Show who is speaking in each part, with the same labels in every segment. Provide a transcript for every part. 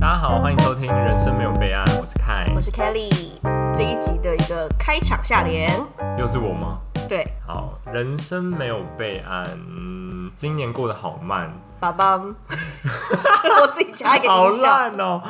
Speaker 1: 欢迎收听《人生没有备案》，我是凯，
Speaker 2: 我是 Kelly，这一集的一个开场下联，
Speaker 1: 又是我吗？
Speaker 2: 对，
Speaker 1: 好，人生没有备案，嗯今年过得好慢，
Speaker 2: 爸爸， 我自己加一个
Speaker 1: 好
Speaker 2: 音效，
Speaker 1: 烂哦。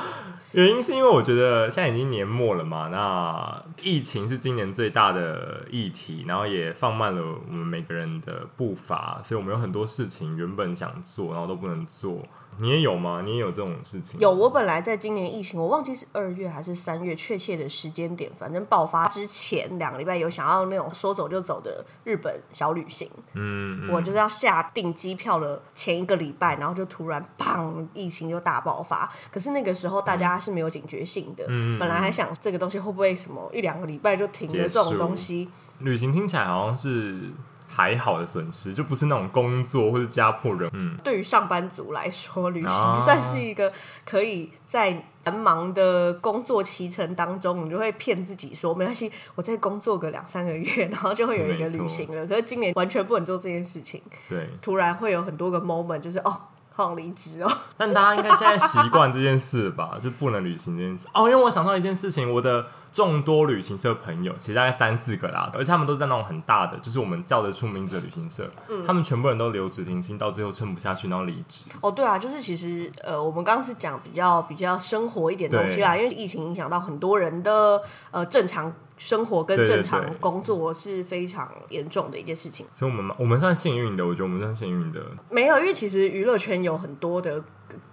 Speaker 1: 原因是因为我觉得现在已经年末了嘛，那疫情是今年最大的议题，然后也放慢了我们每个人的步伐，所以我们有很多事情原本想做，然后都不能做。你也有吗？你也有这种事情？
Speaker 2: 有，我本来在今年疫情，我忘记是二月还是三月确切的时间点，反正爆发之前两个礼拜有想要那种说走就走的日本小旅行，
Speaker 1: 嗯，嗯
Speaker 2: 我就是要下订机票的前一个礼拜，然后就突然砰，疫情就大爆发。可是那个时候大家是没有警觉性的，
Speaker 1: 嗯
Speaker 2: 本来还想这个东西会不会什么一两个礼拜就停了这
Speaker 1: 结
Speaker 2: 种
Speaker 1: 束
Speaker 2: 东西，
Speaker 1: 旅行听起来好像是还好的损失，就不是那种工作或者家破人。嗯，
Speaker 2: 对于上班族来说，旅
Speaker 1: 啊
Speaker 2: 行算是一个可以在繁忙的工作期程当中，你就会骗自己说没关系，我再工作个两三个月， 然后就会有一个
Speaker 1: 是没错
Speaker 2: 旅行了。可是今年完全不能做这件事情，
Speaker 1: 对。
Speaker 2: 突然会有很多个 moment，就是哦，好想离职哦。
Speaker 1: 但大家应该现在习惯这件事吧，就不能旅行这件事哦。因为我想到一件事情，我的众多旅行社朋友，其实大概三四个啦，而且他们都在那种很大的，就是我们叫得出名字的旅行社，
Speaker 2: 嗯
Speaker 1: 他们全部人都留职停薪，到最后撑不下去，然后离职。
Speaker 2: 哦，对啊，就是其实呃，我们刚刚是讲比较比较生活一点
Speaker 1: 对
Speaker 2: 东西啦，因为疫情影响到很多人的呃正常生活跟
Speaker 1: 对对
Speaker 2: 正常
Speaker 1: 对
Speaker 2: 工作是非常严重的一件事情。
Speaker 1: 所以我们我们算幸运的，我觉得我们算幸运的。
Speaker 2: 没有，因为其实娱乐圈有很多的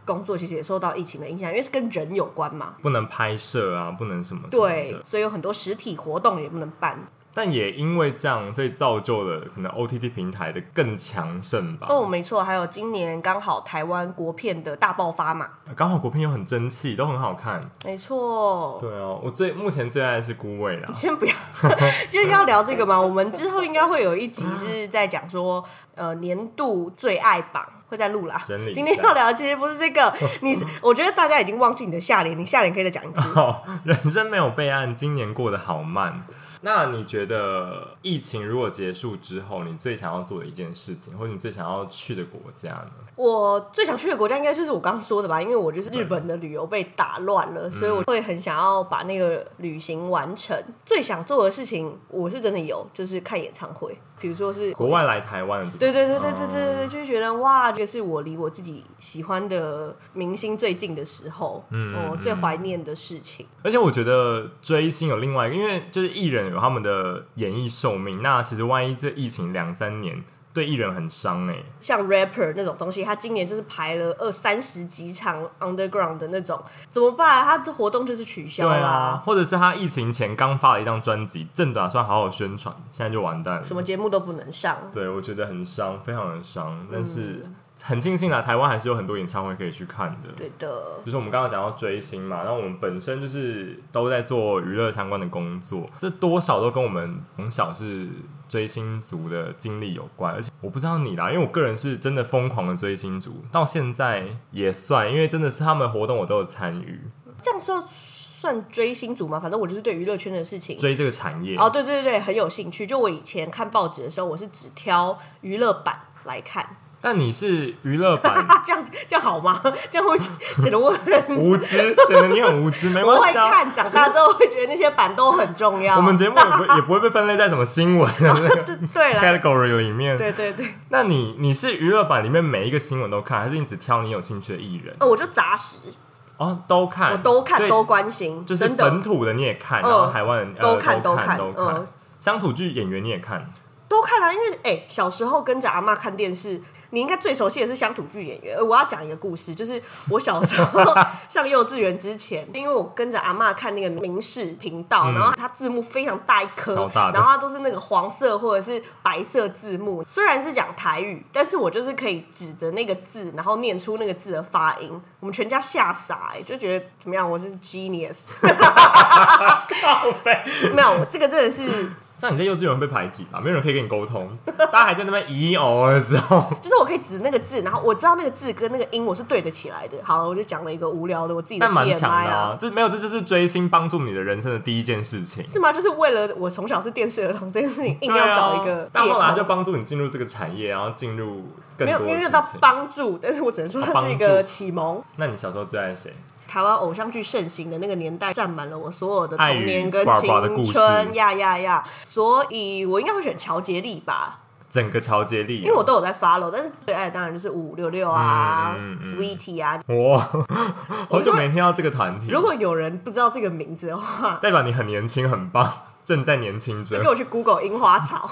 Speaker 2: 工作其实也受到疫情的影响，因为是跟人有关嘛。
Speaker 1: 不能拍摄啊，不能什么什么
Speaker 2: 对
Speaker 1: 的，，
Speaker 2: 所以有很多实体活动也不能办。
Speaker 1: 但也因为这样，所以造就了可能 OTT 平台的更强盛吧。
Speaker 2: 哦，没错，还有今年刚好台湾国片的大爆发嘛，
Speaker 1: 刚好国片又很争气，都很好看。
Speaker 2: 没错。
Speaker 1: 对哦，我最目前最爱的是孤味啦。
Speaker 2: 先 不要，就是要聊这个嘛。我们之后应该会有一集是在讲说，呃，年度最爱榜会再录啦
Speaker 1: 整理。一下
Speaker 2: 今天要聊的其实不是这个，你我觉得大家已经忘记你的下联，你下联可以再讲一次。
Speaker 1: 好， 人生没有备案，今年过得好慢。那你觉得疫情如果结束之后，你最想要做的一件事情，或者你最想要去的国家呢？
Speaker 2: 我最想去的国家应该就是我刚说的吧，因为我就是日本嗯的旅游被打乱了，所以我会很想要把那个旅行完成。最想做的事情，我是真的有，就是看演唱会，比如说是
Speaker 1: 国外来台湾的这种，
Speaker 2: 对对对对对对对，就是觉得哇，这是我离我自己喜欢的明星最近的时候，嗯，我、最怀念的事情。
Speaker 1: 而且我觉得追星有另外一个，因为就是艺人有他们的演艺寿命，那其实万一这疫情两三年，对艺人很伤哎、
Speaker 2: 像 rapper 那种东西，他今年就是排了二三十几场 underground 的那种，怎么办？他的活动就是取消
Speaker 1: 对
Speaker 2: 啦、
Speaker 1: 啊，或者是他疫情前刚发了一张专辑，正打算好好宣传，现在就完蛋了。
Speaker 2: 什么节目都不能上。
Speaker 1: 对，我觉得很伤，非常的伤。但是很庆幸啦，台湾还是有很多演唱会可以去看的。
Speaker 2: 嗯对的，
Speaker 1: 就是我们刚刚讲到追星嘛，那我们本身就是都在做娱乐相关的工作，这多少都跟我们从小是追星族的经历有关。而且我不知道你啦，因为我个人是真的疯狂的追星族，到现在也算，因为真的是他们活动我都有参与，
Speaker 2: 这样算算追星族吗？反正我就是对娱乐圈的事情。
Speaker 1: 追这个产业。
Speaker 2: 哦，对对对，很有兴趣。就我以前看报纸的时候，我是只挑娱乐版来看。
Speaker 1: 但你是娱乐版
Speaker 2: 啊，这样这样好吗？这样会显得我 很
Speaker 1: 无知，显得你很无知，没
Speaker 2: 我
Speaker 1: 关
Speaker 2: 会
Speaker 1: 系啊。
Speaker 2: 看，长大之后会觉得那些板都很重要。
Speaker 1: 我们节目也不也不会被分类在什么新 闻 的那个
Speaker 2: 对对啦，
Speaker 1: category 里面。
Speaker 2: 对对对，
Speaker 1: 那你你是娱乐版里面每一个新闻都看，还是你只挑你有兴趣的艺人？
Speaker 2: 呃，我就杂食，
Speaker 1: 哦，都看，
Speaker 2: 我都
Speaker 1: 所
Speaker 2: 看
Speaker 1: 以
Speaker 2: 都关心，
Speaker 1: 就是
Speaker 2: 真的
Speaker 1: 本土的你也看，
Speaker 2: 嗯
Speaker 1: 然后台湾人、呃
Speaker 2: 都看
Speaker 1: 都
Speaker 2: 都看
Speaker 1: 都看
Speaker 2: 嗯，
Speaker 1: 乡土剧演员你也 看，
Speaker 2: 都看啊。因为哎、小时候跟着阿嬷看电视，你应该最熟悉的是乡土剧演员。呃我要讲一个故事，就是我小时候上幼稚园之前，因为我跟着阿嬷看那个明视频道，然后它字幕非常大一颗
Speaker 1: 嗯超大，的
Speaker 2: 然后它都是那个黄色或者是白色字幕，虽然是讲台语，但是我就是可以指着那个字，然后念出那个字的发音。我们全家吓傻、哎，就觉得怎么样，我是 genius。没有，我这个真的是
Speaker 1: 这样你在幼稚园会被排挤吧？没有人可以跟你沟通，大家还在那边咦哦的时 候，
Speaker 2: 就是我可以指那个字，然后我知道那个字跟那个音我是对得起来的。好了，我就讲了一个无聊的我自己的
Speaker 1: 但蛮
Speaker 2: TMI
Speaker 1: 强的啊
Speaker 2: 啦。！
Speaker 1: 这没有，这就是追星帮助你的人生的第一件事情。
Speaker 2: 是吗？就是为了我从小是电视儿童这件事情，硬
Speaker 1: 对
Speaker 2: 要
Speaker 1: 啊
Speaker 2: 找一个借
Speaker 1: 但
Speaker 2: 口。
Speaker 1: 后来就帮助你进入这个产业，然后进入更
Speaker 2: 没
Speaker 1: 多
Speaker 2: 有
Speaker 1: 的
Speaker 2: 没有
Speaker 1: 事
Speaker 2: 到
Speaker 1: 情。
Speaker 2: 帮助，但是我只能说它是一
Speaker 1: 啊帮
Speaker 2: 个
Speaker 1: 助
Speaker 2: 启蒙。
Speaker 1: 那你小时候最爱谁？
Speaker 2: 台湾偶像剧盛行的那个年代，占满了我所有的
Speaker 1: 爱
Speaker 2: 童
Speaker 1: 与
Speaker 2: 年跟
Speaker 1: 爸爸的
Speaker 2: 青
Speaker 1: 故事
Speaker 2: 春，呀呀呀！所以我应该会选乔杰利吧，
Speaker 1: 整个乔杰利，
Speaker 2: 因为我都有在 follow，但是最爱的当然就是五五六六啊、
Speaker 1: 嗯嗯嗯
Speaker 2: Sweetie 啊。
Speaker 1: 哇，好久
Speaker 2: 说
Speaker 1: 没听到这个团体，
Speaker 2: 如果有人不知道这个 名字的哦话，
Speaker 1: 代表你很年轻，很棒， 正在年轻
Speaker 2: 就
Speaker 1: 着
Speaker 2: 给。我去 Google 樱花草，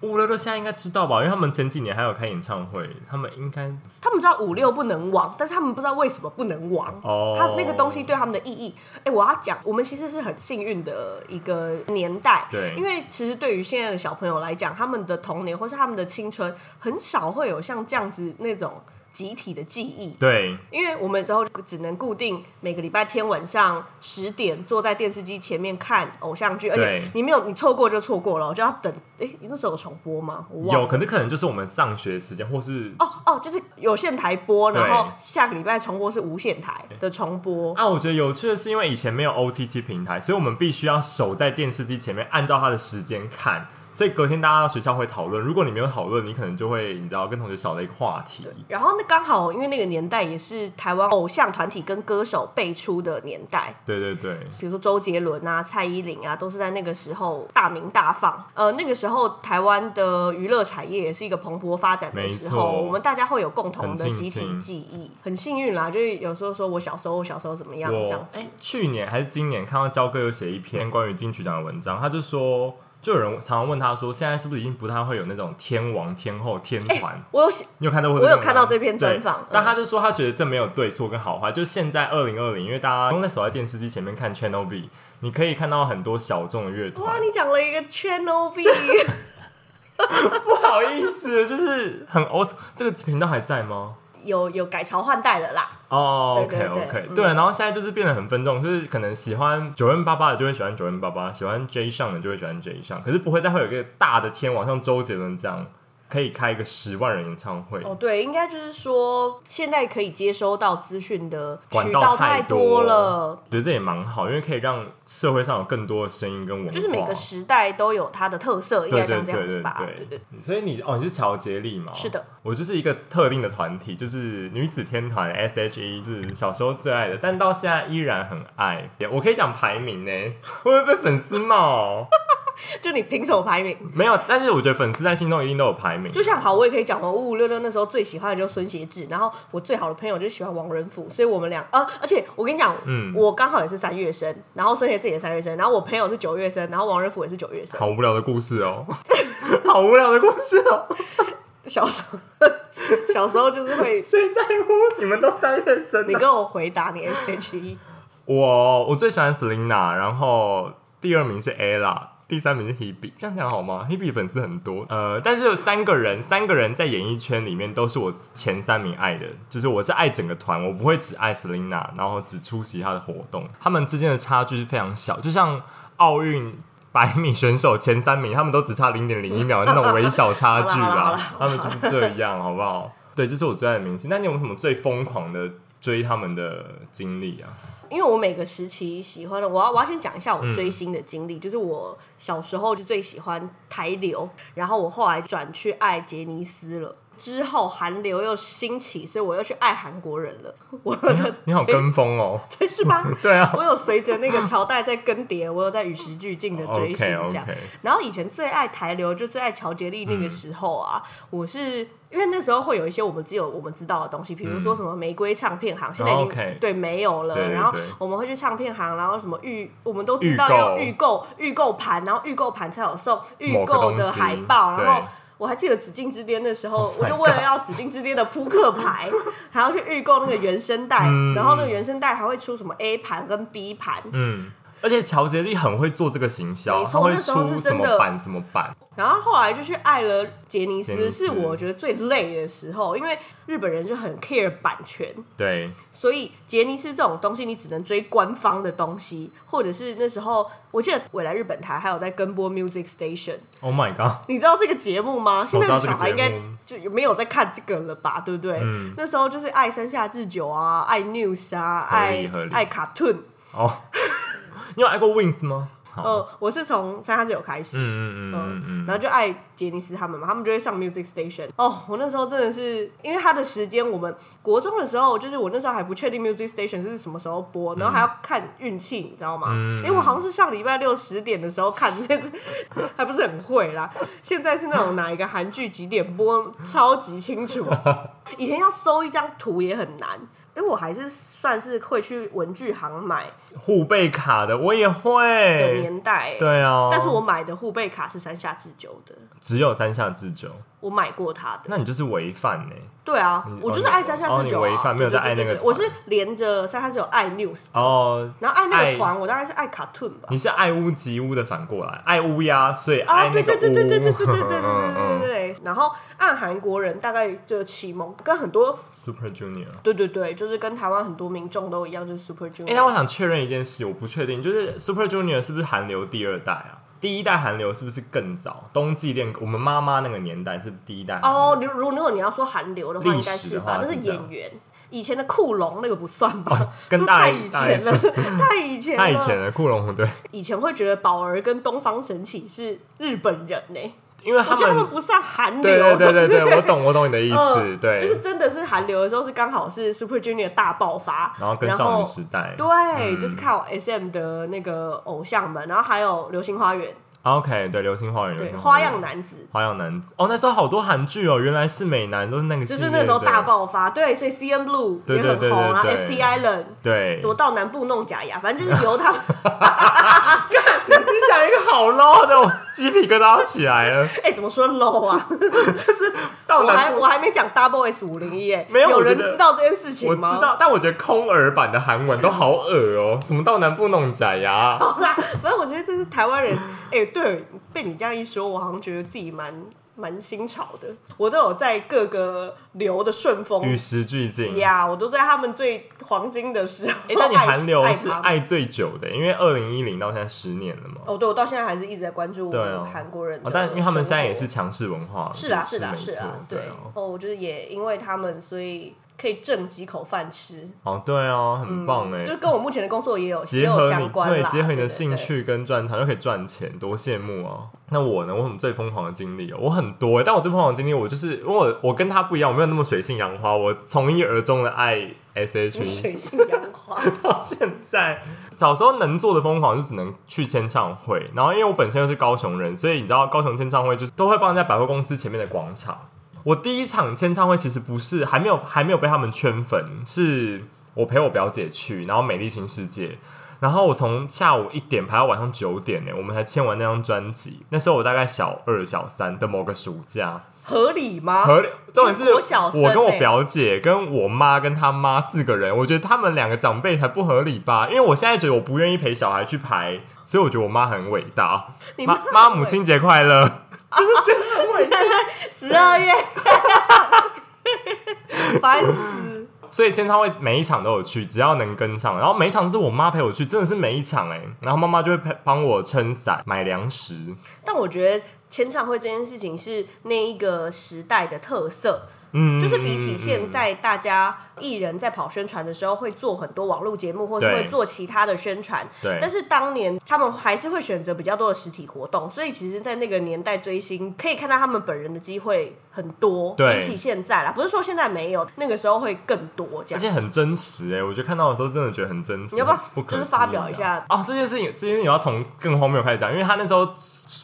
Speaker 1: 五六六现在应该知道吧？因为他们前几年还有开演唱会，他们应该
Speaker 2: 他们知道五六不能亡，但是他们不知道为什么不能亡。
Speaker 1: 哦，
Speaker 2: 他那个东西对他们的意义，哎、我要讲，我们其实是很幸运的一个年代，
Speaker 1: 对
Speaker 2: 因为其实对于现在的小朋友来讲，他们的童年或是他们的青春，很少会有像这样子那种集体的记忆。
Speaker 1: 对
Speaker 2: 因为我们之后只能固定每个礼拜天晚上十点坐在电视机前面看偶像剧，而且
Speaker 1: 对
Speaker 2: 你没有你错过就错过了，我就要等。哎、你那时候有重播吗？我忘了
Speaker 1: 有，可是可能就是我们上学时间，或是
Speaker 2: 哦哦，就是有线台播，
Speaker 1: 对
Speaker 2: 然后下个礼拜重播是无线台的重播。
Speaker 1: 啊，我觉得有趣的是，因为以前没有 OTT 平台，所以我们必须要守在电视机前面，按照它的时间看。所以隔天大家到学校会讨论，如果你没有讨论，你可能就会你知道跟同学少了一个话题。
Speaker 2: 然后那刚好因为那个年代也是台湾偶像团体跟歌手辈出的年代，
Speaker 1: 对对对，
Speaker 2: 比如说周杰伦啊、蔡依林啊，都是在那个时候大名大放。呃，那个时候台湾的娱乐产业也是一个蓬勃发展的时候，
Speaker 1: 没错
Speaker 2: 我们大家会有共同的
Speaker 1: 很庆
Speaker 2: 集体
Speaker 1: 幸
Speaker 2: 记忆，很幸运啦。就是有时候说我小时候，我小时候怎么样这
Speaker 1: 我
Speaker 2: 样子。
Speaker 1: 哎、去年还是今年看到焦哥有写一篇关于金曲奖的文章，他就说，就有人常常问他说，现在是不是已经不太会有那种天王、天后、天团？
Speaker 2: 我有写
Speaker 1: 你有看到过？
Speaker 2: 哎我有看到这篇专访
Speaker 1: 对
Speaker 2: 嗯
Speaker 1: 但他就说他觉得这没有对错跟好坏，就是现在二零二零，因为大家不用在守在电视机前面看 Channel V，你可以看到很多小众的乐
Speaker 2: 哇，
Speaker 1: 团。
Speaker 2: 你讲了一个 Channel V，
Speaker 1: 不好意思，就是很 old school。这个频道还在吗？
Speaker 2: 有有改朝换代了啦。
Speaker 1: 哦、o
Speaker 2: 对
Speaker 1: k
Speaker 2: 对对
Speaker 1: OK，
Speaker 2: 嗯
Speaker 1: 对，然后现在就是变得很分众，就是可能喜欢九零八八的就会喜欢九零八八，喜欢 J 上的就会喜欢 J 上，可是不会再会有一个大的天王，像周杰伦这样可以开一个十万人演唱会。
Speaker 2: 哦，对，应该就是说，现在可以接收到资讯的
Speaker 1: 管
Speaker 2: 渠道
Speaker 1: 太
Speaker 2: 多
Speaker 1: 了
Speaker 2: 了，，
Speaker 1: 觉得这也蛮好，因为可以让社会上有更多的声音跟文化，
Speaker 2: 就是每个时代都有它的特色，应
Speaker 1: 对
Speaker 2: 该
Speaker 1: 对
Speaker 2: 像这
Speaker 1: 对
Speaker 2: 样子
Speaker 1: 对
Speaker 2: 吧？对
Speaker 1: 对对。所以你哦，你是乔杰利嘛？
Speaker 2: 是的，
Speaker 1: 我就是一个特定的团体，就是女子天团 S.H.E，是小时候最爱的，但到现在依然很爱。我可以讲排名呢，会不会被粉丝骂？哦
Speaker 2: 就你凭什么排名？
Speaker 1: 没有，但是我觉得粉丝在心中一定都有排名，
Speaker 2: 就像好，我也可以讲我五五六六那时候最喜欢的就是孙协志，然后我最好的朋友就喜欢王仁甫，所以我们俩呃，而且我跟你讲，
Speaker 1: 嗯
Speaker 2: 我刚好也是三月生，然后孙协志也是三月生，然后我朋友是九月生，然后王仁甫也是九月生，
Speaker 1: 好无聊的故事哦， 好无聊的故事哦，
Speaker 2: 小时候 小时候就是会，
Speaker 1: 谁在乎你们都三月生啊？
Speaker 2: 你跟我回答你 S H E，
Speaker 1: 我我最喜欢 Selina，然后第二名是 Ella，第三名是 Hebe。这样讲好吗？Hebe 粉丝很多，呃，但是有三个人，三个人在演艺圈里面都是我前三名爱的，就是我是爱整个团，我不会只爱 Selina，然后只出席她的活动。他们之间的差距是非常小，就像奥运。百米选手前三名，他们都只差零点零一秒的那种微小差距
Speaker 2: 好啦好啦
Speaker 1: 啦
Speaker 2: 好啦，
Speaker 1: 他们就是这样，好不好？对，这是我最爱的明星。那你有没有什么最疯狂的追他们的经历啊？
Speaker 2: 因为我每个时期喜欢的，我要我要先讲一下我追星的经
Speaker 1: 嗯
Speaker 2: 历，就是我小时候就最喜欢台流，然后我后来转去爱杰尼斯了。之后韩流又兴起，所以我又去爱韩国人了。 我的
Speaker 1: 嗯你好 跟风哦。
Speaker 2: 追是吧？
Speaker 1: 对啊，
Speaker 2: 我有随着那个朝代在更迭，我有在与时俱进的
Speaker 1: 哦
Speaker 2: 追星
Speaker 1: OK，OK
Speaker 2: 这样。然后以前最爱台流，就最爱乔杰利那个时
Speaker 1: 嗯
Speaker 2: 候啊，我是因为那时候会有一些我们只有我们知道的东西，比如说什么玫瑰唱片行，现在已经、
Speaker 1: 哦 OK
Speaker 2: 对没有了。
Speaker 1: 对对
Speaker 2: 然后
Speaker 1: 对
Speaker 2: 我们会去唱片行，然后什么预我们都知道要预购预购盘，然后预购盘才有送预
Speaker 1: 某个
Speaker 2: 购
Speaker 1: 东西
Speaker 2: 的海报，
Speaker 1: 对 Oh
Speaker 2: 然后。我还记得《紫禁之巅》的时候
Speaker 1: my
Speaker 2: 我就为了要《紫禁之巅》的扑克牌，还要去预购那个原声带，然后那个原声带还会出什么 A 盘跟 B 盘，
Speaker 1: 嗯，而且乔杰利很会做这个行销，
Speaker 2: 没
Speaker 1: 他
Speaker 2: 错
Speaker 1: 会
Speaker 2: 那时候
Speaker 1: 出
Speaker 2: 是
Speaker 1: 什
Speaker 2: 真的
Speaker 1: 么版什么版，
Speaker 2: 然后后来就去爱了杰尼
Speaker 1: 杰尼
Speaker 2: 斯，
Speaker 1: 斯
Speaker 2: 是我觉得最累的时候，因为日本人就很 care 版权，
Speaker 1: 对，
Speaker 2: 所以杰尼斯这种东西你只能追官方的东西，或者是那时候我记得我来日本台还有在跟播 Music Station，
Speaker 1: Oh my god！
Speaker 2: 你知道这个节目吗？现在的小孩应该
Speaker 1: 哦我知道
Speaker 2: 就没有在看这个了吧，对不对？
Speaker 1: 嗯
Speaker 2: 那时候就是爱山下智久啊，爱 News 啊，
Speaker 1: 合理
Speaker 2: 爱
Speaker 1: 合理
Speaker 2: 爱 Cartoon。
Speaker 1: 哦，你有爱过 Wings 吗？好
Speaker 2: 呃，我是从山下智久开始，
Speaker 1: 嗯嗯嗯嗯
Speaker 2: 然后就爱杰尼斯他们嘛，他们就会上 Music Station。哦，我那时候真的是，因为他的时间，我们国中的时候，就是我那时候还不确定 Music Station 是什么时候
Speaker 1: 嗯
Speaker 2: 播，然后还要看运气，你知道吗？因为我好像是上礼拜六十点的时候看，现在 还不是很会啦。现在是那种哪一个韩剧几点播，超级 清楚。以前要搜一张图也很难，因为我还是算是会去文具行买
Speaker 1: 嗯，护贝卡的我也
Speaker 2: 的
Speaker 1: 会，
Speaker 2: 年代、欸
Speaker 1: 对啊，
Speaker 2: 但是我买的护贝卡是山下智久的，
Speaker 1: 只有三下智久，
Speaker 2: 我买过他的。
Speaker 1: 那你就是违反呢、
Speaker 2: 对啊
Speaker 1: 你，
Speaker 2: 我就是爱山下智久、啊
Speaker 1: 哦你违反没有在爱那个
Speaker 2: 对对对对对我是连着山下智久爱 news，
Speaker 1: 哦，
Speaker 2: 然后爱那
Speaker 1: 爱
Speaker 2: 个团，我大概是爱卡 tune 吧。
Speaker 1: 你是爱屋及乌的反过来，爱乌鸦，所以
Speaker 2: 啊，
Speaker 1: 爱
Speaker 2: 对
Speaker 1: 那个
Speaker 2: 对
Speaker 1: 乌。
Speaker 2: 对对对对对对对对对对对对。然后按韩国人大概就启蒙，跟很多
Speaker 1: Super Junior。
Speaker 2: 对对对，就是跟台湾很多民众都一样，就是 Super
Speaker 1: 哎、那
Speaker 2: Junior。
Speaker 1: 我想确认一件事，我不确定，就是 Super Junior 是不是韩流第二代啊？第一代韩流是不是更早？冬季恋，我们妈妈那个年代是不是第一代韩流
Speaker 2: 哦，你如如果你要说韩流的话，
Speaker 1: 历
Speaker 2: 应该
Speaker 1: 史的
Speaker 2: 是
Speaker 1: 话
Speaker 2: 吧？那是
Speaker 1: 是这样
Speaker 2: 演员。以前的库龙那个不算吧？
Speaker 1: 跟
Speaker 2: 是不是
Speaker 1: 大
Speaker 2: 太
Speaker 1: S-
Speaker 2: 以前了，太以前了。
Speaker 1: 那以前的库龙对，
Speaker 2: 以前会觉得宝儿跟东方神起是日本人呢、
Speaker 1: 因为
Speaker 2: 我
Speaker 1: 他
Speaker 2: 觉得他们
Speaker 1: 们
Speaker 2: 不算韩流。
Speaker 1: 对对对对 对，我懂我懂你的意思，
Speaker 2: 嗯
Speaker 1: 对，
Speaker 2: 就是真的是韩流的时候是刚好是 Super Junior 大爆发，
Speaker 1: 然后跟少女时代
Speaker 2: 对，
Speaker 1: 嗯
Speaker 2: 就是靠 SM 的那个偶像们，然后还有《流星花园》
Speaker 1: ，OK，对，流星花园，流
Speaker 2: 啊对
Speaker 1: 星
Speaker 2: 花
Speaker 1: 园
Speaker 2: 样男子。
Speaker 1: 花样男子，哦，那时候好多韩剧哦，原来是美男都是那个系
Speaker 2: 就
Speaker 1: 列，
Speaker 2: 是那时候大
Speaker 1: 对，
Speaker 2: 爆发，对，所以 C N Blue
Speaker 1: 对
Speaker 2: 也
Speaker 1: 对
Speaker 2: 很
Speaker 1: 对
Speaker 2: 红啊
Speaker 1: 对
Speaker 2: ，F
Speaker 1: 对
Speaker 2: T Island
Speaker 1: 对，
Speaker 2: 什么到南部弄假牙，反正就是由 他们
Speaker 1: 你讲一个好 low 的，我鸡皮疙瘩都起来了。
Speaker 2: 哎、怎么说 low 啊？
Speaker 1: 到
Speaker 2: 我还
Speaker 1: 南部
Speaker 2: 我还没讲 Double S 五零一哎，
Speaker 1: 没有我
Speaker 2: 人
Speaker 1: 觉得
Speaker 2: 知道这件事情
Speaker 1: 我
Speaker 2: 吗？
Speaker 1: 知道，但我觉得空耳版的韩文都好恶哦、 什么到南部弄假牙，
Speaker 2: 好啦，啊反正我觉得这是台湾人，哎、对，被你这样一说，我好像觉得自己蛮蛮新潮的。我都有在各个流的顺风
Speaker 1: 与时俱进。
Speaker 2: 呀，我都在他们最黄金的时候
Speaker 1: 哎、
Speaker 2: 爱。
Speaker 1: 那你韩流是
Speaker 2: 他们
Speaker 1: 爱最久的、因为二零一零到现在十年了嘛。
Speaker 2: 哦，对，我到现在还是一直在关注
Speaker 1: 对啊
Speaker 2: 韩国人的
Speaker 1: 哦
Speaker 2: 生活、，
Speaker 1: 但因为他们现在也是强势文化，
Speaker 2: 是啊，
Speaker 1: 是
Speaker 2: 是啊，
Speaker 1: 没
Speaker 2: 是
Speaker 1: 错
Speaker 2: 啊，
Speaker 1: 对
Speaker 2: 对
Speaker 1: 哦，
Speaker 2: 哦，我就是也因为他们，所以可以挣几口饭吃，
Speaker 1: 哦，对哦，很棒哎、
Speaker 2: 嗯就是跟我目前的工作也有也
Speaker 1: 结
Speaker 2: 有
Speaker 1: 合你
Speaker 2: 相关
Speaker 1: 对
Speaker 2: 啦
Speaker 1: 结合你的
Speaker 2: 对对
Speaker 1: 兴
Speaker 2: 对
Speaker 1: 趣跟专长，又可以赚钱，多羡慕哦！那我呢？我很最疯狂的经历哦，我很多欸，但我最疯狂的经历，我就是因为我我跟他不一样，我没有那么水性杨花，我从一而终的爱 S
Speaker 2: 什么
Speaker 1: H E
Speaker 2: 水性杨花，
Speaker 1: 到现在。小时候能做的疯狂就只能去签唱会，然后因为我本身又是高雄人，所以你知道高雄签唱会就是都会放在百货公司前面的广场。我第一场签唱会其实不是还没有还没有被他们圈粉，是我陪我表姐去，然后美丽新世界。然后我从下午一点排到晚上九点呢，我们才签完那张专辑。那时候我大概小二、小三的某个暑假，
Speaker 2: 合理吗？
Speaker 1: 合理。重点是
Speaker 2: 国小生
Speaker 1: 我跟我
Speaker 2: 欸
Speaker 1: 表姐、跟我妈、跟她妈四个人，我觉得他们两个长辈才不合理吧？因为我现在觉得我不愿意陪小孩去排，所以我觉得我妈很伟大。
Speaker 2: 你
Speaker 1: 妈
Speaker 2: 很
Speaker 1: 妈，
Speaker 2: 会
Speaker 1: 母亲节快乐！
Speaker 2: 十 二月，烦死！
Speaker 1: 所以签唱会每一场都有去，只要能跟上。然后每一场都是我妈陪我去，真的是每一场哎、然后妈妈就会陪帮我撑伞、买粮食。
Speaker 2: 但我觉得签唱会这件事情是那一个时代的特色，
Speaker 1: 嗯，
Speaker 2: 就是比起现在大家艺人在跑宣传的时候会做很多网络节目，或是
Speaker 1: 对
Speaker 2: 会做其他的宣传，
Speaker 1: 对
Speaker 2: 但是当年他们还是会选择比较多的实体活动，所以其实，在那个年代追星可以看到他们本人的机会很多，
Speaker 1: 对
Speaker 2: 比起现在啦，不是说现在没有，那个时候会更多这
Speaker 1: 而
Speaker 2: 样。
Speaker 1: 且很真实哎、我觉得看到的时候真的觉得很真实。
Speaker 2: 你要不要
Speaker 1: 不可
Speaker 2: 就是
Speaker 1: 思
Speaker 2: 发
Speaker 1: 议
Speaker 2: 表一
Speaker 1: 啊
Speaker 2: 下
Speaker 1: 哦？这件事情，这件事情要从更荒谬开始讲，因为他那时候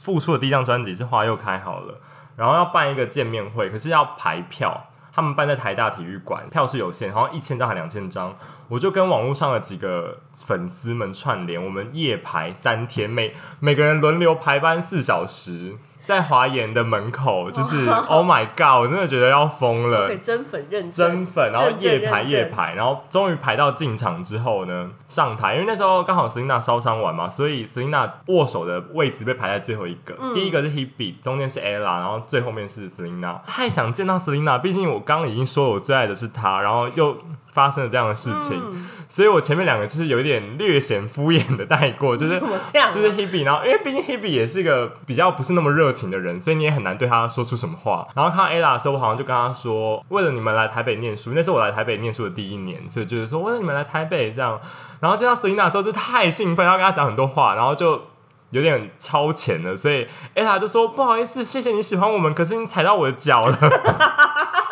Speaker 1: 复出的第一张专辑是《花又开好了》，然后要办一个见面会，可是要排票。他们办在台大体育馆，票是有限，好像一千张还两千张。我就跟网络上的几个粉丝们串联，我们夜排三天，每每个人轮流排班四小时，在华研的门口，就是 Oh my God，我真的觉得要疯了。
Speaker 2: 哦对，真粉认
Speaker 1: 真粉，然后
Speaker 2: 认证
Speaker 1: 夜排
Speaker 2: 认证
Speaker 1: 夜排，然后终于排到进场之后呢，上台，因为那时候刚好 Selina 烧伤完嘛，所以 Selina 握手的位置被排在最后一个，
Speaker 2: 嗯
Speaker 1: 第一个是 Hebe，中间是 Ella，然后最后面是 Selina。太想见到 Selina，毕竟我刚刚已经说我最爱的是她，然后又发生了这样的事情，
Speaker 2: 嗯
Speaker 1: 所以我前面两个就是有一点略显敷衍的带过，就是
Speaker 2: 怎么这样啊、
Speaker 1: 就是 Hebe，然后因为毕竟 Hebe 也是一个比较不是那么热情的人，所以你也很难对他说出什么话。然后看到 Ella 的时候，我好像就跟他说，为了你们来台北念书，那是我来台北念书的第一年，所以就是说为了你们来台北这样。然后见到 Selina 的时候，就太兴奋，要跟他讲很多话，然后就有点超前了，所以 ella 就说不好意思，谢谢你喜欢我们，可是你踩到我的脚了。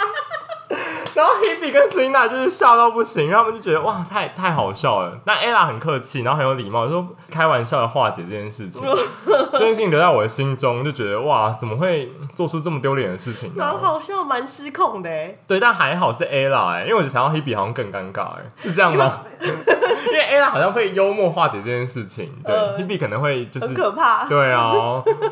Speaker 1: 然后 Hebe 跟 Selina 就是笑到不行，然后他们就觉得哇，太太好笑了。那 ella 很客气，然后很有礼貌，说开玩笑的化解这件 事情，这件事情留在我的心中，就觉得哇，怎么会做出这么丢脸的事情呢、
Speaker 2: 蛮好笑，蛮失控的哎。
Speaker 1: 对，但还好是 ella 哎、因为我觉得想到 Hebe 好像更尴尬哎、是这样吗？因为 ella 好像会幽默化解这件事情，对、
Speaker 2: 呃
Speaker 1: Hebe 可能会就是
Speaker 2: 很可怕。
Speaker 1: 对啊，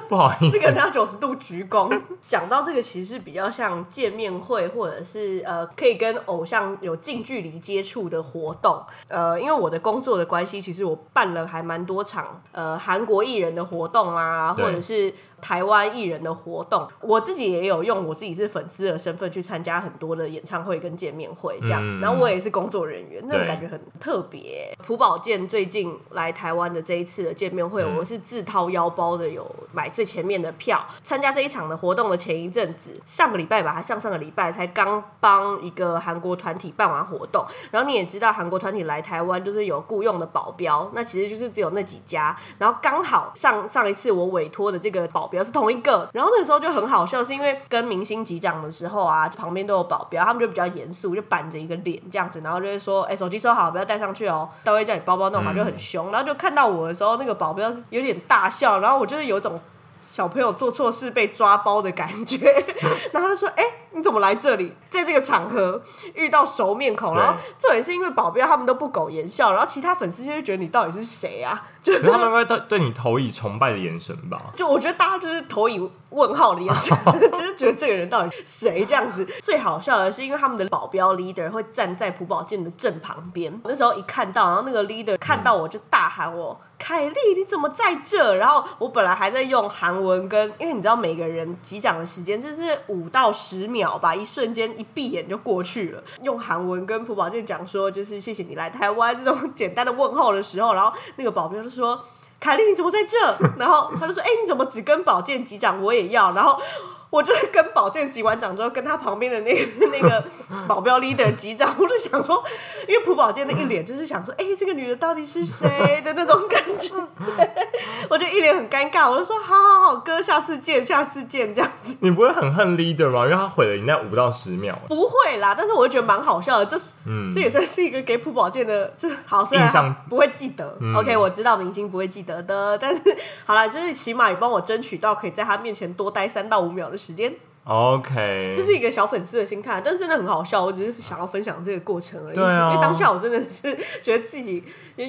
Speaker 1: 不好意
Speaker 2: 这
Speaker 1: 思，
Speaker 2: 个人要九十度鞠躬。讲到这个，其实比较像见面会，或者是呃，可以跟偶像有近距离接触的活动。呃，因为我的工作的关系，其实我办了还蛮多场呃韩国艺人的活动啦，
Speaker 1: 对
Speaker 2: 或者是台湾艺人的活动。我自己也有用我自己是粉丝的身份去参加很多的演唱会跟见面会这样。
Speaker 1: 嗯
Speaker 2: 然后我也是工作人员，那种
Speaker 1: 对
Speaker 2: 感觉很特别。朴宝剑最近来台湾的这一次的见面会，
Speaker 1: 嗯
Speaker 2: 我是自掏腰包的，有买最前面的票。参加这一场的活动的前一阵子，上个礼拜吧，还上上个礼拜才刚帮一个韩国团体办完活动。然后你也知道，韩国团体来台湾就是有雇佣的保镖，那其实就是只有那几家。然后刚好上上一次我委托的这个保镖是同一个，然后那个时候就很好笑，是因为跟明星击掌的时候啊，旁边都有保镖，他们就比较严肃，就板着一个脸这样子，然后就会说：“哎、手机收好，不要带上去哦。”他会叫你包包弄好，就很凶。然后就看到我的时候，那个保镖是有点大笑，然后我就是有一种小朋友做错事被抓包的感觉，然后他就说：“哎、你怎么来这里？在这个场合遇到熟面孔，
Speaker 1: 对
Speaker 2: 然后这也是因为保镖他们都不苟言笑，然后其他粉丝就会觉得你到底是谁啊？就
Speaker 1: 可是他们会对对你投以崇拜的眼神吧？
Speaker 2: 就我觉得大家就是投以问号的眼神， 就是觉得这个人到底是谁这样子。最好笑的是，因为他们的保镖 leader 会站在朴宝剑的正旁边，我那时候一看到，然后那个 leader 看到我就大喊我。凯莉，你怎么在这？然后我本来还在用韩文跟，因为你知道每个人击掌的时间，这是五到十秒吧，一瞬间一闭眼就过去了。用韩文跟朴宝剑讲说，就是谢谢你来台湾这种简单的问候的时候，然后那个保镖就说：“凯莉，你怎么在这？” 然后他就说：“哎、你怎么只跟宝剑击掌？我也要。”然后。我就是跟宝剑击完掌之后，跟他旁边的那个 那个保镖 leader 击掌，我就想说，因为朴宝剑的一脸就是想说，哎、这个女的到底是谁的那种感觉，我就一脸很尴尬，我就说，好好好，哥，下次见，下次见，这样子。
Speaker 1: 你不会很恨 leader 吗？因为他毁了你那五到十秒，
Speaker 2: 不会啦，但是我就觉得蛮好笑的，这、这也算是一个给朴宝剑的，这好虽
Speaker 1: 嗯
Speaker 2: 然
Speaker 1: 印象嗯
Speaker 2: 不会记得、o k 我知道明星不会记得的，但是好啦，就是起码也帮我争取到可以在他面前多待三到五秒的时间，
Speaker 1: 嗯 OK，
Speaker 2: 这是一个小粉丝的心态，但真的很好笑，我只是想要分享这个过程而已，
Speaker 1: 对啊
Speaker 2: 因为当下我真的是觉得自己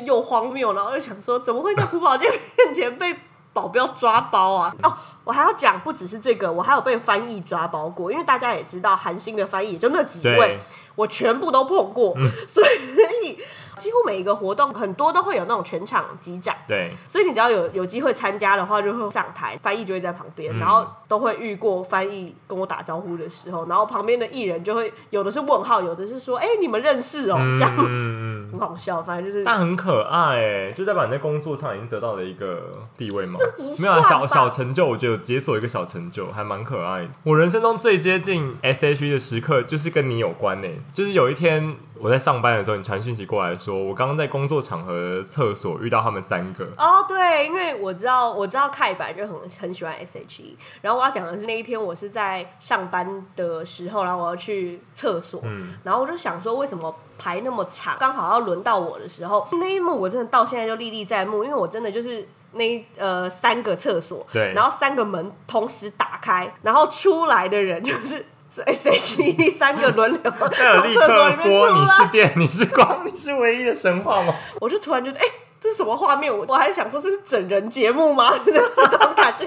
Speaker 2: 又荒谬，然后又想说怎么会在朴宝剑面前被。保镖抓 包啊！哦，我还要讲，不只是这个，我还有被翻译抓包过，因为大家也知道，韩星的翻译也就那几位
Speaker 1: 对，
Speaker 2: 我全部都碰过，所以几乎每一个活动很多都会有那种全场击掌。
Speaker 1: 对
Speaker 2: 所以你只要有有机会参加的话，就会上台，翻译就会在旁边，然后都会遇过翻译跟我打招呼的时候，然后旁边的艺人就会有的是问号，有的是说：“哎、你们认识哦、这样
Speaker 1: 嗯，
Speaker 2: 很好笑，反正就是
Speaker 1: 但很可爱、欸，就代表你在工作上已经得到了一个地位吗？
Speaker 2: 不算
Speaker 1: 没有、啊、小
Speaker 2: 吧
Speaker 1: 小成就，我觉得有解锁一个小成就，还蛮可爱的。我人生中最接近 SHE 的时刻，就是跟你有关呢、就是有一天我在上班的时候，你传讯息过来说，我刚刚在工作场合的厕所遇到他们三个，
Speaker 2: 哦，对，因为我知道我知道凯版就很很喜欢 S.H.E，然后我要讲的是那一天我是在上班的时候，然后我要去厕所，
Speaker 1: 嗯
Speaker 2: 然后我就想说为什么排那么长，刚好要轮到我的时候，那一幕我真的到现在就历历在目，因为我真的就是。那一呃三个厕所，
Speaker 1: 对
Speaker 2: 然后三个门同时打开，然后出来的人就是是 S H E 三个 轮流 从
Speaker 1: 戴尔利
Speaker 2: 厕所
Speaker 1: 克
Speaker 2: 里面出
Speaker 1: 波，
Speaker 2: 来，
Speaker 1: 你是电，你是光，你是唯一的神话吗？
Speaker 2: 我就突然觉得，哎、这是什么画面？我我还想说这是整人节目吗？ 那种感觉，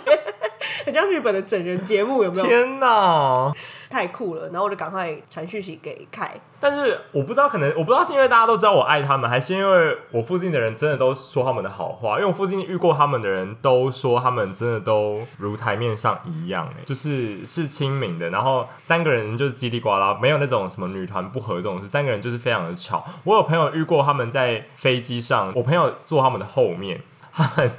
Speaker 2: 很像日本的整人节目，有没有？
Speaker 1: 天哪！
Speaker 2: 太酷了！然后我就赶快传讯息给凯，
Speaker 1: 但是我不知道，可能我不知道是因为大家都知道我爱他们，还是因为我附近的人真的都说他们的好话。因为我附近遇过他们的人都说他们真的都如台面上一样、欸，就是是亲民的。然后三个人就是叽里呱啦，没有那种什么女团不合这种事，三个人就是非常的吵。我有朋友遇过他们在飞机上，我朋友坐他们的后面，他们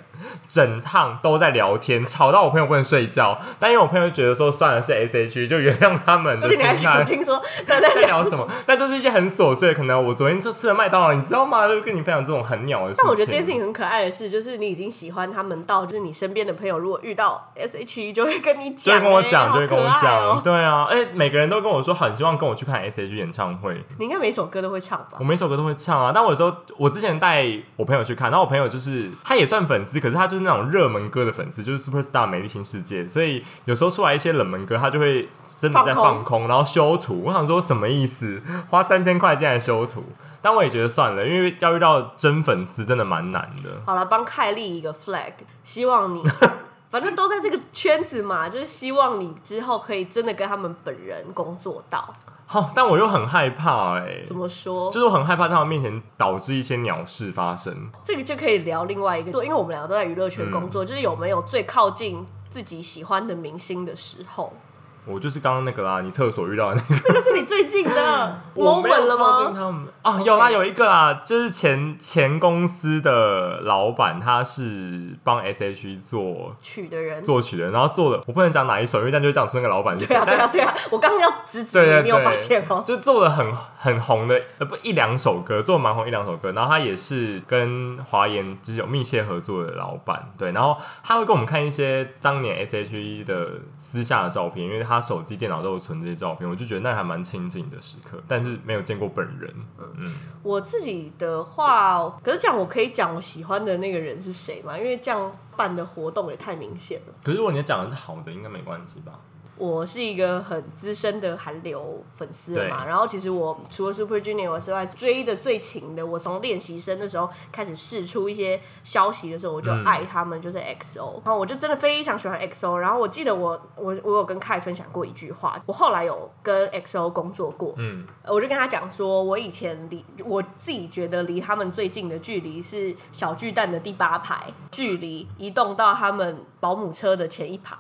Speaker 1: 整趟都在聊天，吵到我朋友不能睡觉。但因为我朋友觉得说算了是 S H E，就原谅他们
Speaker 2: 而
Speaker 1: 的
Speaker 2: 且
Speaker 1: 心
Speaker 2: 你还想
Speaker 1: 态。
Speaker 2: 听说大家
Speaker 1: 在聊什么？但就是一些很琐碎，可能我昨天就吃了麦当劳，你知道吗？就跟你分享这种很鸟的事情。
Speaker 2: 但我觉得这件事情很可爱的是，就是你已经喜欢他们到，就是你身边的朋友如果遇到 S H E 就会跟你
Speaker 1: 就
Speaker 2: 讲、
Speaker 1: 会
Speaker 2: 欸，
Speaker 1: 跟我讲，
Speaker 2: 好
Speaker 1: 就会跟我
Speaker 2: 可爱
Speaker 1: 讲，
Speaker 2: 哦
Speaker 1: 对啊，哎、每个人都跟我说很希望跟我去看 S H 演唱会，
Speaker 2: 你应该每首歌都会唱吧
Speaker 1: 我？每首歌都会唱啊。但我有时候我之前带我朋友去看，然后我朋友就是他也算粉丝，可是他就是那种热门歌的粉丝，就是 Super Star 美丽新世界，所以有时候出来一些冷门歌，他就会真的在
Speaker 2: 放空
Speaker 1: 放空，然后修图。我想说什么意思？花三千块进来修图，但我也觉得算了，因为要遇到真粉丝真的蛮难的。
Speaker 2: 好了，帮凯莉一个 flag，希 望你，反正都在这个圈子嘛，就是希望你之后可以真的跟他们本人工作到。
Speaker 1: 好、但我又很害怕哎、
Speaker 2: 怎么说？
Speaker 1: 就是我很害怕在他们面前导致一些鸟事发生。
Speaker 2: 这个就可以聊另外一个，因为我们两个都在娱乐圈工
Speaker 1: 嗯
Speaker 2: 作，就是有没有最靠近自己喜欢的明星的时候？
Speaker 1: 我就是刚刚那个啊啦，你厕所遇到的那个，
Speaker 2: 这个是你最近的
Speaker 1: 我没
Speaker 2: moment 了
Speaker 1: 有靠近
Speaker 2: 吗？
Speaker 1: 他们啊，有啦，
Speaker 2: OK
Speaker 1: 有一个啦，就是前前公司的老板，他是帮 S H E 做
Speaker 2: 娶的人。
Speaker 1: 作曲的，然后做的，我不能讲哪一首，因为这样就会讲出那个老板是谁
Speaker 2: 对，啊，对啊，
Speaker 1: 但
Speaker 2: 对啊！我刚刚要指指
Speaker 1: 对对
Speaker 2: 你，你有
Speaker 1: 对啊
Speaker 2: 发现哦？
Speaker 1: 就做了很很红的，呃，不一两首歌，做了蛮红一两首歌，然后他也是跟华研就是有密切合作的老板，对，然后他会跟我们看一些当年 S H E 的私下的照片，因为他手机、电脑都有存这些照片，我就觉得那还蛮亲近的时刻，但是没有见过本人，
Speaker 2: 我自己的话，可是这样我可以讲我喜欢的那个人是谁吗？因为这样办的活动也太明显了。
Speaker 1: 可是如果你讲的是好的，应该没关系吧？
Speaker 2: 我是一个很资深的韩流粉丝了嘛，
Speaker 1: 对
Speaker 2: 然后其实我除了 Super Junior 之外，追的最勤的，我从练习生的时候开始试出一些消息的时候，我就
Speaker 1: 嗯
Speaker 2: 爱他们，就是 XO，、然后我就真的非常喜欢 XO，然后我记得我我我有跟凯分享过一句话，我后来有跟 XO 工作过，
Speaker 1: 嗯，
Speaker 2: 呃我就跟他讲说，我以前离我自己觉得离他们最近的距离是小巨蛋的第八排，距离移动到他们保姆车的前一排，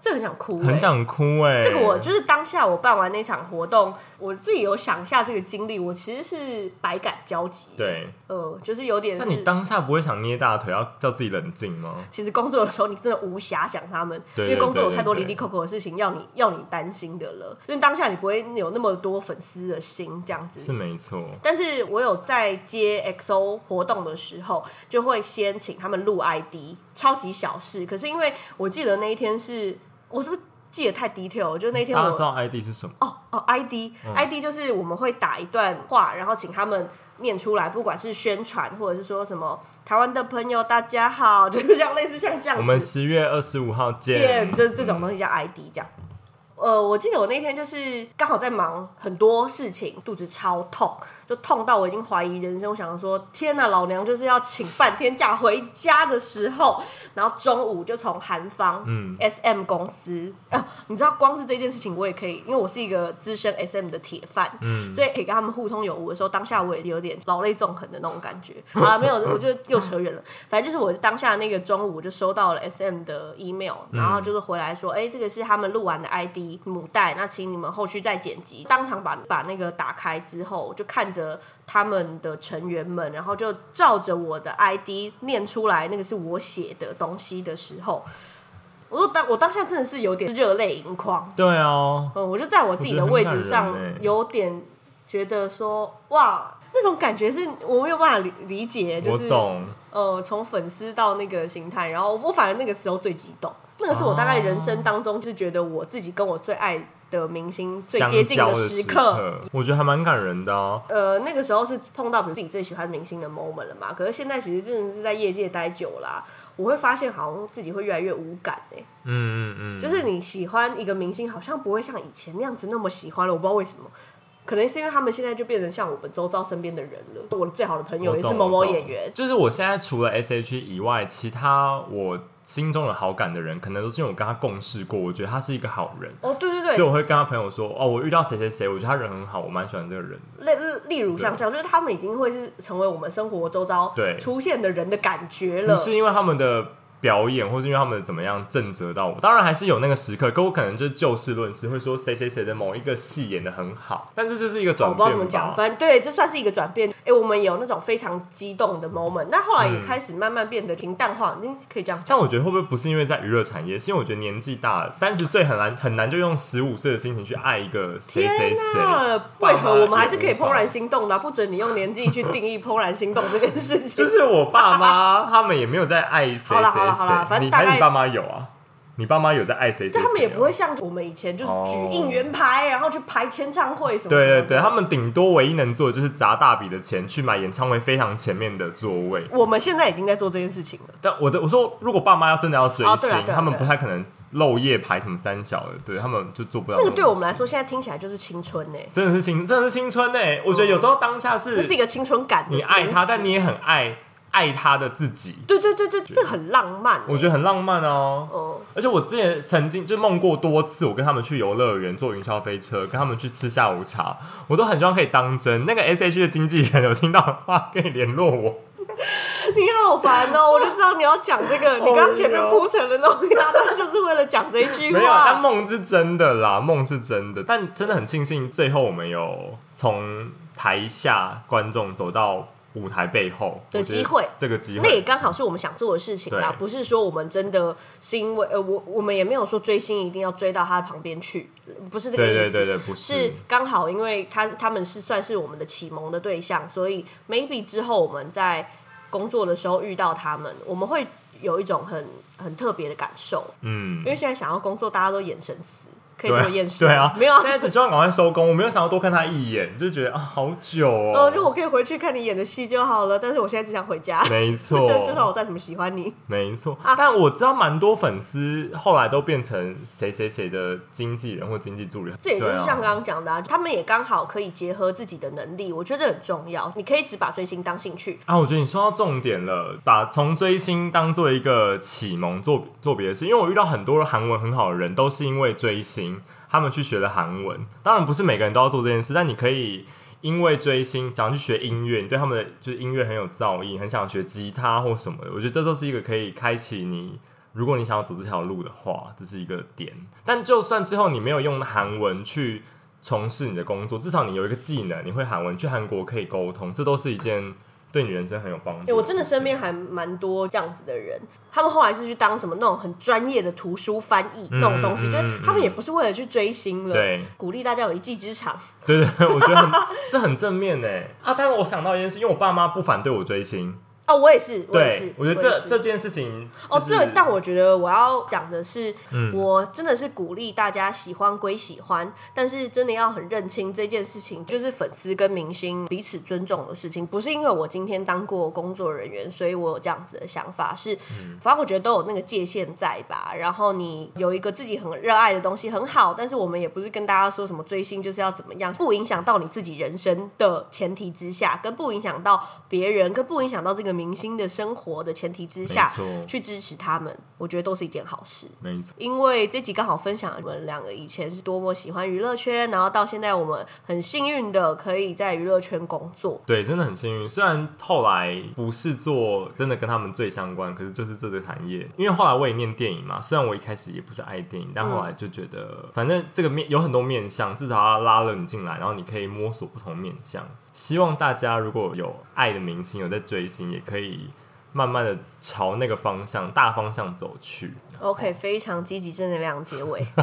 Speaker 2: 这很想哭、欸，
Speaker 1: 很想哭哎、
Speaker 2: 这个我就是当下我办完那场活动，我自己有想一下这个经历，我其实是百感交集。，
Speaker 1: 对，
Speaker 2: 呃，就是有点
Speaker 1: 那
Speaker 2: 是，
Speaker 1: 你当下不会想捏大腿，要叫自己冷静吗？
Speaker 2: 其实工作的时候你真的无暇想他们，
Speaker 1: 对
Speaker 2: 因为工作有
Speaker 1: 对对
Speaker 2: 太多
Speaker 1: 对
Speaker 2: 离离扣扣的事情要你要你担心的了，所以当下你不会有那么多粉丝的心这样子。
Speaker 1: 是没错，
Speaker 2: 但是我有在接 XO 活动的时候，就会先请他们录 ID，超级小事。可是因为我记得那一天是，我是不是记得太 detail？了就那一天
Speaker 1: 大家
Speaker 2: 我
Speaker 1: 知道 ID 是什么？
Speaker 2: 哦哦，ID、ID
Speaker 1: 嗯
Speaker 2: 就是我们会打一段话，然后请他们念出来，不管是宣传或者是说什么台湾的朋友大家好，就是像类似像这样子，
Speaker 1: 我们十月二十五号
Speaker 2: 见这这种东西叫 ID 这样。呃，我记得我那天就是刚好在忙很多事情，肚子超痛，就痛到我已经怀疑人生。我想说，天呐，老娘就是要请半天假回家的时候，然后中午就从韩方，嗯，SM 公司，啊、你知道光是这件事情我也可以，因为我是一个资深 SM 的铁饭，嗯，所以可以跟他们互通有无的时候，当下我也有点劳累纵横的那种感觉。好了，没有，我就又扯远了。反正就是我当下那个中午我就收到了 SM 的 email，然后就是回来说，哎、这个是他们录完的 ID 母带，那请你们后续再剪辑。当场把把那个打开之后，我就看着他们的成员们，然后就照着我的 ID 念出来，那个是我写的东西的时候，我就当我当下真的是有点热泪盈眶。
Speaker 1: 对啊，
Speaker 2: 嗯，我就在我自己的位置
Speaker 1: 我
Speaker 2: 上
Speaker 1: 觉得很感人欸
Speaker 2: 有点觉得说，哇，那种感觉是我没有办法理理解，就
Speaker 1: 我
Speaker 2: 是
Speaker 1: 懂。
Speaker 2: 呃，从粉丝到那个心态，然后我反而那个时候最激动，那个是我大概人生当中就觉得我自己跟我最爱的明星最接近
Speaker 1: 哦的
Speaker 2: 时刻。
Speaker 1: 刻，我觉得还蛮感人的啊。
Speaker 2: 呃，那个时候是碰到比如自己最喜欢明星的 moment 了嘛，可是现在其实真的是在业界待久啦、我会发现好像自己会越来越无感哎、
Speaker 1: 嗯嗯嗯，
Speaker 2: 就是你喜欢一个明星，好像不会像以前那样子那么喜欢了。我不知道为什么，可能是因为他们现在就变成像我们周遭身边的人了。我的最好的朋友
Speaker 1: 我
Speaker 2: 也
Speaker 1: 懂
Speaker 2: 是某某
Speaker 1: 我懂
Speaker 2: 演员，
Speaker 1: 就是我现在除了 S H E 以外，其他我心中有好感的人，可能都是因为我跟他共事过，我觉得他是一个好人，
Speaker 2: 哦，对对
Speaker 1: 所以
Speaker 2: 对，
Speaker 1: 我会跟他朋友说，哦，我遇到谁谁谁，我觉得他人很好，我蛮喜欢这个人的。
Speaker 2: 例例如像这样，就是他们已经会是成为我们生活周遭
Speaker 1: 对
Speaker 2: 出现的人的感觉了
Speaker 1: 不。是因为他们的表演，或是因为他们怎么样震慑到我。当然还是有那个时刻，可我可能就就事论事，会说谁谁谁的某一个戏演的很好，但这就是一个
Speaker 2: 哦我
Speaker 1: 转
Speaker 2: 不知道
Speaker 1: 变
Speaker 2: 怎么
Speaker 1: 吧
Speaker 2: 讲，。反正对，这算是一个转变。哎、我们有那种非常激动的 moment，那后来
Speaker 1: 嗯
Speaker 2: 也开始慢慢变得平淡化，你、可以这样讲。
Speaker 1: 但我觉得会不会不是因为在娱乐产业，是因为我觉得年纪大了，三十岁很难很难就用十五岁的心情去爱一个谁谁谁。
Speaker 2: 那为何我们还是可以
Speaker 1: 爸妈也无法
Speaker 2: 怦然心动的啊、不准你用年纪去定义怦然心动这件事 情。
Speaker 1: 就是我爸妈他们也没有在爱谁谁
Speaker 2: 好啦好啦好啦
Speaker 1: 谁，
Speaker 2: 反
Speaker 1: 你
Speaker 2: 正大
Speaker 1: 还
Speaker 2: 概
Speaker 1: 是你爸妈有啊？你爸妈有在爱谁谁谁
Speaker 2: 就
Speaker 1: 吗？
Speaker 2: 他们也不会像我们以前就是举应援牌，然后去排签唱会什么什么
Speaker 1: 哦对
Speaker 2: 的
Speaker 1: 对对，他们顶多唯一能做的就是砸大笔的钱去买演唱会非常前面的座位。
Speaker 2: 我们现在已经在做这件事情了。
Speaker 1: 但我的我说，如果爸妈要真的要追
Speaker 2: 哦
Speaker 1: 星，
Speaker 2: 对啊对啊
Speaker 1: 他们
Speaker 2: 对啊
Speaker 1: 不太可能漏夜排什么三小的，对他们就做不了
Speaker 2: 那
Speaker 1: 种事。
Speaker 2: 个对我们来说，现在听起来就是青春呢、
Speaker 1: 真的是青，真的是青春呢、我觉得有时候当下
Speaker 2: 这
Speaker 1: 是
Speaker 2: 是一个青春感的
Speaker 1: 你
Speaker 2: 名词。
Speaker 1: 爱他，但你也很爱爱他的自己，
Speaker 2: 对对对对，这很浪漫欸、
Speaker 1: 我觉得很浪漫哦。
Speaker 2: 哦，
Speaker 1: 而且我之前曾经就梦过多次，我跟他们去游乐园坐云霄飞车，跟他们去吃下午茶，我都很希望可以当真。那个 S H 的经纪人有听到的话，可以联络我。
Speaker 2: 你好烦哦！我就知道你要讲 这个，你
Speaker 1: 哦
Speaker 2: 刚前面铺成了那么一大段，就是为了讲这一句
Speaker 1: 没有，啊但
Speaker 2: 话。
Speaker 1: 梦是真的啦，梦是真的，但真的很庆幸，最后我们有从台下观众走到舞台背后
Speaker 2: 的
Speaker 1: 我觉得
Speaker 2: 机会
Speaker 1: 这个机
Speaker 2: 那也
Speaker 1: 会，
Speaker 2: 刚好是我们想做的事情啦，
Speaker 1: 对
Speaker 2: 不是说我们真的是因为呃，我我们也没有说追星一定要追到他旁边去，不是这个意
Speaker 1: 对
Speaker 2: 思。
Speaker 1: 对对对，不
Speaker 2: 是刚好，因为他他们是算是我们的启蒙的对象，所以 maybe 之后我们在工作的时候遇到他们，我们会有一种很很特别的感受，
Speaker 1: 嗯
Speaker 2: 因。为现在想要工作，大家都眼神死，可以这
Speaker 1: 对
Speaker 2: 么
Speaker 1: 啊
Speaker 2: 厌世
Speaker 1: 对啊，
Speaker 2: 没有啊
Speaker 1: 现在只希望赶快收工，我没有想要多看他一眼，就觉得啊，好久
Speaker 2: 呃，
Speaker 1: 哦。
Speaker 2: 就我可以回去看你演的戏就好了，但是我现在只想回家。
Speaker 1: 没错，
Speaker 2: 就就算我再怎么喜欢你，
Speaker 1: 没错
Speaker 2: 啊。
Speaker 1: 但我知道蛮多粉丝后来都变成谁谁谁的经纪人或经济助理，
Speaker 2: 这也就是
Speaker 1: 对啊
Speaker 2: 像刚刚讲的、啊，他们也刚好可以结合自己的能力，我觉得这很重要。你可以只把追星当兴趣，
Speaker 1: 啊，我觉得你说到重点了，把从追星当做一个启蒙做做别的事，因为我遇到很多韩文很好的人，都是因为追星，他们去学了韩文。当然不是每个人都要做这件事，但你可以因为追星，想要去学音乐，你对他们的就是音乐很有造诣，很想学吉他或什么的。我觉得这都是一个可以开启你，如果你想要走这条路的话，这是一个点。但就算最后你没有用韩文去。从事你的工作，至少你有一个技能，你会韩文，去韩国可以沟通，这都是一件对你人生很有帮助
Speaker 2: 欸、
Speaker 1: 事情。
Speaker 2: 我真的身边还蛮多这样子的人，他们后来是去当什么那种很专业的图书翻译那种东西，
Speaker 1: 嗯
Speaker 2: 就是他们也不是为了去追星了。
Speaker 1: 对
Speaker 2: 鼓励大家有一技之长。
Speaker 1: 对对，对我觉得很 这很正面呢。啊，当然我想到一件事，因为我爸妈不反对我追星，
Speaker 2: 哦，我也是，我也是
Speaker 1: 对，我觉得
Speaker 2: 也
Speaker 1: 这
Speaker 2: 是
Speaker 1: 这件事情、
Speaker 2: 哦，
Speaker 1: 就是、嗯
Speaker 2: 对，但我觉得我要讲的是，我真的是鼓励大家喜欢归喜欢，但是真的要很认清这件事情，就是粉丝跟明星彼此尊重的事情。不是因为我今天当过工作人员，所以我有这样子的想法，是
Speaker 1: 嗯
Speaker 2: 反正我觉得都有那个界限在吧。然后你有一个自己很热爱的东西很好，但是我们也不是跟大家说什么追星就是要怎么样，不影响到你自己人生的前提之下，跟不影响到别人，跟不影响到这个明星的生活的前提之下
Speaker 1: 没错，
Speaker 2: 去支持他们，我觉得都是一件好事。
Speaker 1: 没错，
Speaker 2: 因为这集刚好分享我们两个以前是多么喜欢娱乐圈，然后到现在我们很幸运的可以在娱乐圈工作。
Speaker 1: 对，真的很幸运。虽然后来不是做真的跟他们最相关，可是就是这个行业，因为后来我也念电影嘛。虽然我一开始也不是爱电影，但
Speaker 2: 嗯
Speaker 1: 后来就觉得，反正这个面有很多面向，至少它拉了你进来，然后你可以摸索不同面向。希望大家如果有爱的明星，有在追星，也可以慢慢的朝那个方向、大方向走去。哦
Speaker 2: OK，非常积极正能量结尾。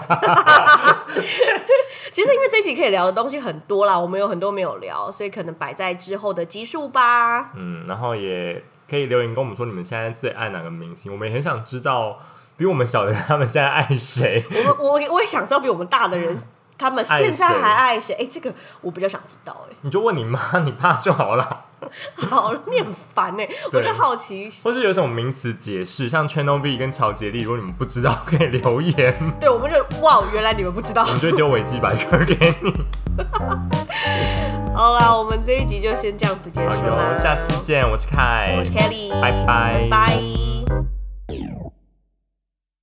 Speaker 2: 其实因为这集可以聊的东西很多啦，我们有很多没有聊，所以可能摆在之后的集数吧。
Speaker 1: 嗯，然后也可以留言跟我们说你们现在最爱哪个明星，我们也很想知道比我们小的人他们现在爱谁。
Speaker 2: 我们我我也想知道比我们大的人他们现在还爱谁？哎、这个我比较想知道、
Speaker 1: 你就问你妈、你爸就好了，
Speaker 2: 哎，好了，你很烦哎、我就好奇，
Speaker 1: 或是有什么名词解释，像 Channel V 跟乔杰利，如果你们不知道，可以留言，
Speaker 2: 对，我们就哇，原来你们不 知道
Speaker 1: 我。们就会丢维基百科给你。
Speaker 2: 好啦，我们这一集就先这样子结
Speaker 1: 好
Speaker 2: 束啦
Speaker 1: 哟，，下次见，我是凯，
Speaker 2: 我是 Kelly，
Speaker 1: 拜拜
Speaker 2: 拜拜